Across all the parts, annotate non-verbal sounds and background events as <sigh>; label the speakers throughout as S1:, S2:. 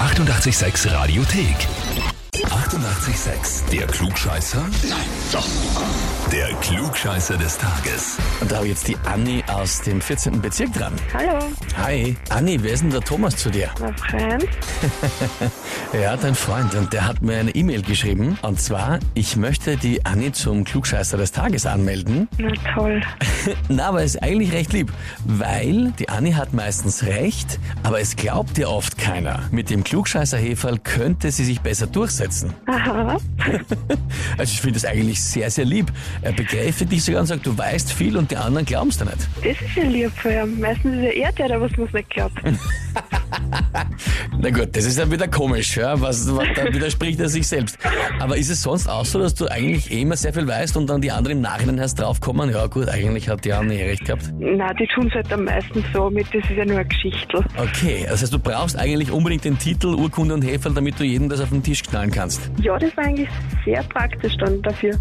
S1: 886 Radiothek. 88,6. Der Klugscheißer? Nein, doch. Der Klugscheißer des Tages.
S2: Und da habe ich jetzt die Anni aus dem 14. Bezirk dran.
S3: Hallo,
S2: Hi. Anni, wer ist denn der Thomas zu dir?
S3: mein Freund.
S2: Ja, dein Freund. Und der hat mir eine E-Mail geschrieben. Und zwar, ich möchte die Anni zum Klugscheißer des Tages anmelden. <laughs>
S3: Na toll.
S2: Na, aber ist eigentlich recht lieb. Weil die Anni hat meistens recht, aber es glaubt ihr oft keiner. Mit dem Klugscheißer-Heferl könnte sie sich besser durchsetzen.
S3: Aha,
S2: <laughs> Also ich finde das eigentlich sehr, sehr lieb. Er begreift dich sogar und sagt, du weißt viel und die anderen glauben es dir nicht.
S3: das ist ja lieb von ihm. Meistens ist ja er der, der was muss nicht glaubt.
S2: Na gut, das ist dann wieder komisch, ja? was, was, da widerspricht er sich selbst. Aber ist es sonst auch so, dass du eigentlich eh immer sehr viel weißt und dann die anderen im Nachhinein erst draufkommen, ja gut, eigentlich hat die Anni eh recht gehabt.
S3: Na, die tun es halt am meisten so mit, das ist ja nur eine Geschichte.
S2: Okay, das heißt, du brauchst eigentlich unbedingt den Titel, Urkunde und Heferl, damit du jedem das auf den Tisch knallen kannst.
S3: Ja, das war eigentlich sehr praktisch dann dafür.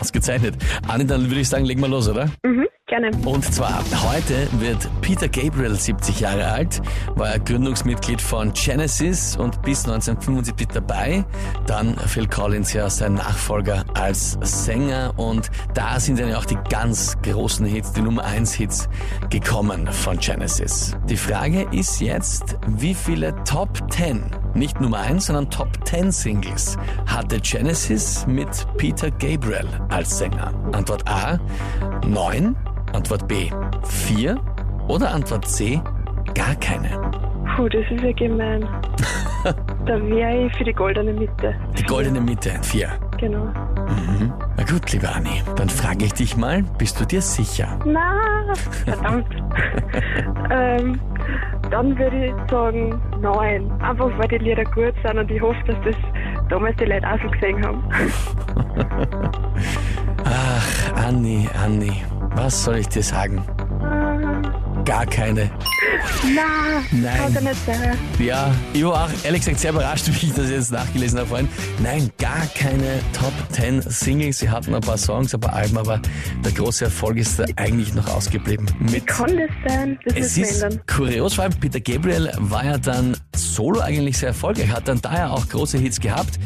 S2: Ausgezeichnet. Anni, dann würde ich sagen, legen wir los, oder?
S3: Mhm, gerne.
S2: Und zwar, heute wird Peter Gabriel 70 Jahre alt, war er Gründungsmitglied von Genesis und bis 1975 dabei. Dann Phil Collins ja sein Nachfolger als Sänger und da sind dann ja auch die ganz großen Hits, die Nummer 1 Hits gekommen von Genesis. Die Frage ist jetzt, wie viele Top 10, nicht Nummer 1, sondern Top 10 Singles hatte Genesis mit Peter Gabriel als Sänger? Antwort A, 9. Antwort B, 4 oder Antwort C, gar keine.
S3: Puh, das ist ja gemein. da wäre ich für die goldene Mitte.
S2: Die goldene Mitte, 4.
S3: Genau.
S2: Na gut, liebe Anni, dann frage ich dich mal, bist du dir sicher?
S3: Na, verdammt. ähm, dann würde ich sagen, nein. Einfach weil die Lieder gut sind und ich hoffe, dass das damals die Leute auch so gesehen haben.
S2: Ach, Anni, Anni, was soll ich dir sagen? Gar keine.
S3: Na,
S2: Nein.
S3: kann doch nicht äh, sein.
S2: Ja, ich war auch ehrlich gesagt sehr überrascht, <laughs> wie ich das jetzt nachgelesen habe vorhin. Nein, gar keine Top 10 Singles. Sie hatten ein paar Songs, ein paar Alben, aber der große Erfolg ist da eigentlich noch ausgeblieben. Mit
S3: Kann das sein? Das
S2: Es
S3: müssen wir
S2: ist
S3: ändern.
S2: kurios, vor allem Peter Gabriel war ja dann solo eigentlich sehr erfolgreich, hat dann daher auch große Hits gehabt.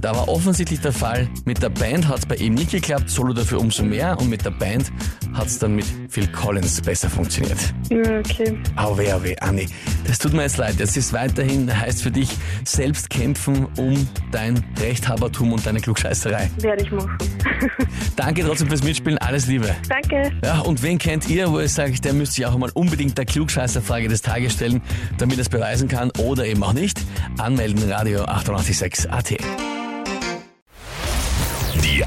S2: Da war offensichtlich der Fall, mit der Band hat es bei ihm nicht geklappt, solo dafür umso mehr und mit der Band hat es dann mit Phil Collins besser funktioniert.
S3: Ja, okay.
S2: Auweh, auweh, Anni, das tut mir jetzt leid. Es ist weiterhin, heißt für dich, selbst kämpfen um dein Rechthabertum und deine Klugscheißerei.
S3: Werde ich machen. <laughs>
S2: Danke trotzdem fürs Mitspielen, alles Liebe.
S3: Danke.
S2: Ja, und wen kennt ihr, wo ihr sagt, der müsste sich auch mal unbedingt der Klugscheißerfrage des Tages stellen, damit er es beweisen kann oder eben auch nicht? Anmelden Radio 886 AT.
S1: Die